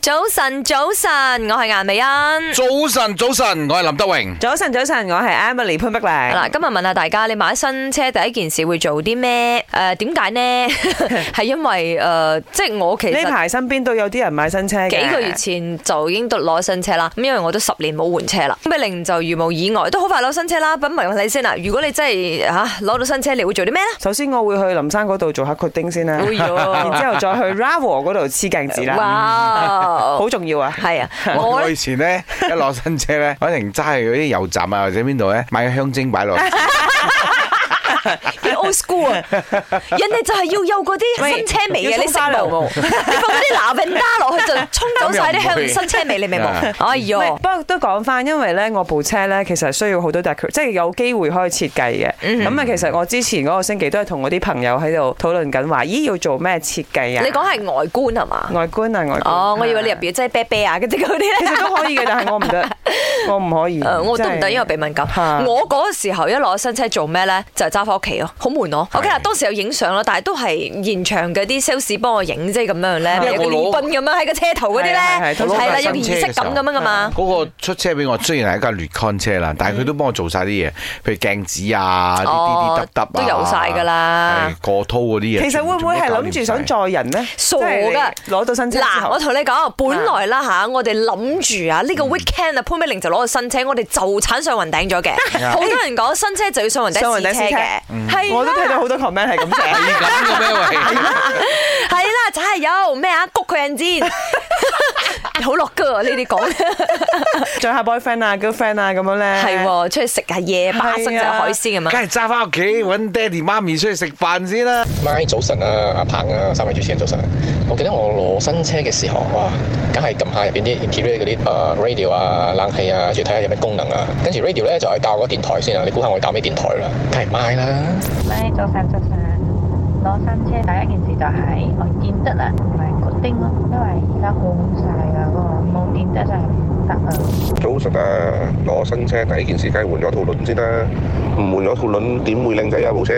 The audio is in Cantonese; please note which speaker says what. Speaker 1: 早晨，早晨，我係顏美欣。
Speaker 2: 早晨，早晨，我係林德榮。
Speaker 3: 早晨，早晨，我係 Emily 潘碧
Speaker 1: 嗱，
Speaker 3: 玲。
Speaker 1: 今日問下大家，你買新車第一件事會做啲咩？誒點解呢？ 係因為誒、呃即係我其
Speaker 3: 呢
Speaker 1: 實
Speaker 3: 排身邊都有啲人買新車嘅
Speaker 1: 幾個月前就已經都攞新車啦。咁因為我都十年冇換車啦，咁咪令就如無意外都好快攞新車啦。咁問你先啦，如果你真係嚇攞到新車，你會做啲咩呢？
Speaker 3: 首先我會去林山嗰度做下決丁先啦，
Speaker 1: 哎呦
Speaker 3: 然之後再去 Ravo 嗰度黐鏡子啦，
Speaker 1: 哇！
Speaker 3: 好重要啊！
Speaker 1: 係啊，我
Speaker 2: 我
Speaker 1: 呢
Speaker 2: 以前咧一攞新車咧，我一定揸去嗰啲油站啊或者邊度咧買個香精擺落去。
Speaker 1: 幾 old school 啊！人哋就係要有嗰啲
Speaker 3: 喂
Speaker 1: 新車味嘅，
Speaker 3: 要
Speaker 1: 你
Speaker 3: 沖
Speaker 1: 識
Speaker 3: 花
Speaker 1: 冇？
Speaker 3: 露
Speaker 1: 你放嗰啲拿冰打落 去就沖走晒啲
Speaker 2: 咁又唔會
Speaker 1: 香新車味，你明冇？哎
Speaker 3: 唔係
Speaker 1: 喲
Speaker 3: 不，過都講翻，因為咧我部車咧其實需要好多 decor，即係有機會可以設計嘅。
Speaker 1: 嗯
Speaker 3: 咁啊，其實我之前嗰個星期都係同我啲朋友喺度討論緊話，咦要做咩設計啊？
Speaker 1: 你講係外觀係 嘛？
Speaker 3: 外觀啊，外觀。
Speaker 1: 哦，我以為你入邊擠啤啤啊，嗰啲嗰啲
Speaker 3: 其
Speaker 1: 咧。
Speaker 3: 實都可以嘅，但係我唔得，我唔可以。
Speaker 1: 誒，呃我都唔
Speaker 3: 真
Speaker 1: 得，
Speaker 3: 係
Speaker 1: 因為鼻敏感。
Speaker 3: 嚇
Speaker 1: 我嗰個時候一攞新車做咩咧？就係揸翻屋企咯，好悶咯。
Speaker 2: 係
Speaker 1: OK 啦，當時有影相啦，但係都係現場嘅啲 sales 幫我影啫咁樣咧，
Speaker 2: 因為
Speaker 1: 有個
Speaker 2: 我攞
Speaker 1: 禮賓咁樣喺個車頭嗰啲咧，
Speaker 3: 啊係係係
Speaker 1: 係啦，有個
Speaker 2: 攞架新
Speaker 1: 儀
Speaker 2: 車嘅
Speaker 1: 式感咁樣噶嘛。
Speaker 2: 嗰個出車俾我，雖然係一架劣 con 車啦，但係佢都幫我做晒啲嘢，譬如鏡子啊、啲啲啲得得啊，
Speaker 1: 都有晒㗎啦
Speaker 2: 係過掏嗰啲嘢。
Speaker 3: 其實會唔會係諗住想
Speaker 2: 做？
Speaker 3: 載人呢？
Speaker 1: 傻
Speaker 3: 即係你
Speaker 1: 㗎
Speaker 3: 攞到新車之
Speaker 1: 嗱，
Speaker 3: 後啊
Speaker 1: 我，同你講，本來啦吓，我哋諗住啊，
Speaker 3: 嗯
Speaker 1: 呢個 weekend 啊，潘美玲就攞個新車，我哋就鏟上雲頂咗 嘅。好多人講新車就要上雲頂
Speaker 3: 上雲頂
Speaker 1: 試車
Speaker 3: 試車嗯
Speaker 1: 嘅，係
Speaker 3: 我
Speaker 1: 啦
Speaker 3: 都睇到好多 comment 係啊咁寫。
Speaker 2: 係咁嘅咩？喂，
Speaker 1: 係啦，就係有咩啊，谷佢人 先。好落㗎啊！呢啲講
Speaker 3: 再下 boyfriend 啊、girlfriend 啊咁樣咧，
Speaker 1: 係喎，出去食下夜巴生
Speaker 3: 係
Speaker 1: 就
Speaker 3: 啊
Speaker 1: 海鮮咁
Speaker 2: 梗
Speaker 1: 啊！
Speaker 2: 係揸翻屋企揾爹哋媽咪出去食飯先啦。
Speaker 4: 咪早晨啊，阿彭啊，三位主持人早晨。我記得我攞新車嘅時候，哇，梗係撳下入邊啲 interior 嗰啲誒 radio 啊、冷氣啊，跟住睇下有咩功能啊。跟住 radio 咧就係教嗰個電台先啊，你估下我教咩電台啦？梗係咪啦。
Speaker 5: 咪早晨早晨，攞新車第一件事就係我見得啦，同埋決定咯，因為而家好晒啦，嗰個冇見得就係唔得啊。
Speaker 6: 早晨啊，攞新車第一件事梗係換咗套輪先啦，唔換咗套輪點會靚仔啊部車？